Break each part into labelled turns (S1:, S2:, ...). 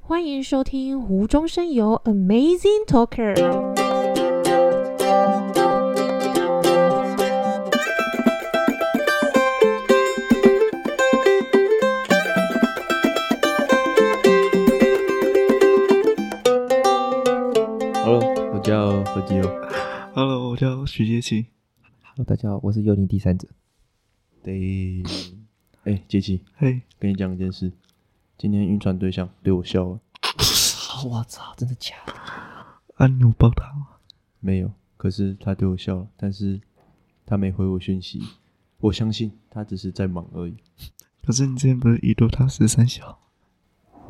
S1: 欢迎收听《无中生有 Amazing Talker》。
S2: Hello，我叫何基友。
S3: Hello，我叫徐杰奇。
S2: Hello，大家好，我是幽灵第三者。对，哎、杰奇，
S3: 嘿、
S2: 跟你讲一件事，今天晕船对象对我笑了。
S4: 我操，真的假的？
S3: 啊，你有帮他吗？
S2: 没有，可是他对我笑了，但是他没回我讯息。我相信他只是在忙而已。
S3: 可是你之前不是已读他十三小？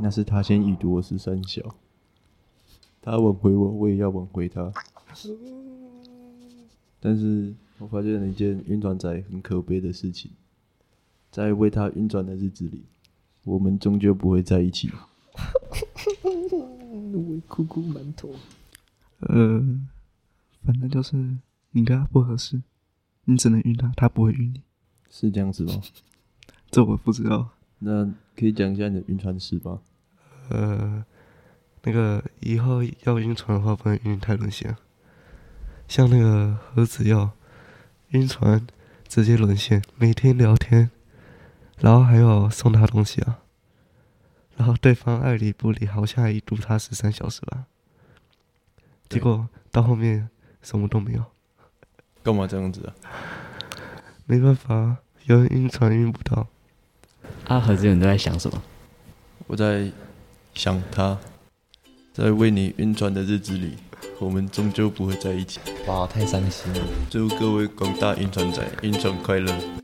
S2: 那是他先已读我十三小，他挽回我，我也要挽回他。但是我发现了一件晕船仔很可悲的事情，在为他晕船的日子里，我们终究不会在一起。
S4: 我哭哭馒头。
S3: 呃，反正就是你跟他不合适，你只能晕他，他不会晕你。
S2: 是这样子吗？
S3: 这我不知道。
S2: 那可以讲一下你的晕船史吗？
S5: 呃，那个以后要晕船的话，不能晕泰轮线啊，像那个何子耀，晕船直接沦陷，每天聊天，然后还有送他东西啊，然后对方爱理不理，好像还一度他十三小时吧，结果到后面什么都没有，
S2: 干嘛这样子啊？
S5: 没办法啊，有人晕船晕不到，
S4: 阿和这人都在想什么？
S2: 我在想他，在为你晕船的日子里，我们终究不会在一起。
S4: 哇，太伤心了。
S2: 祝各位广大晕船仔晕船快乐！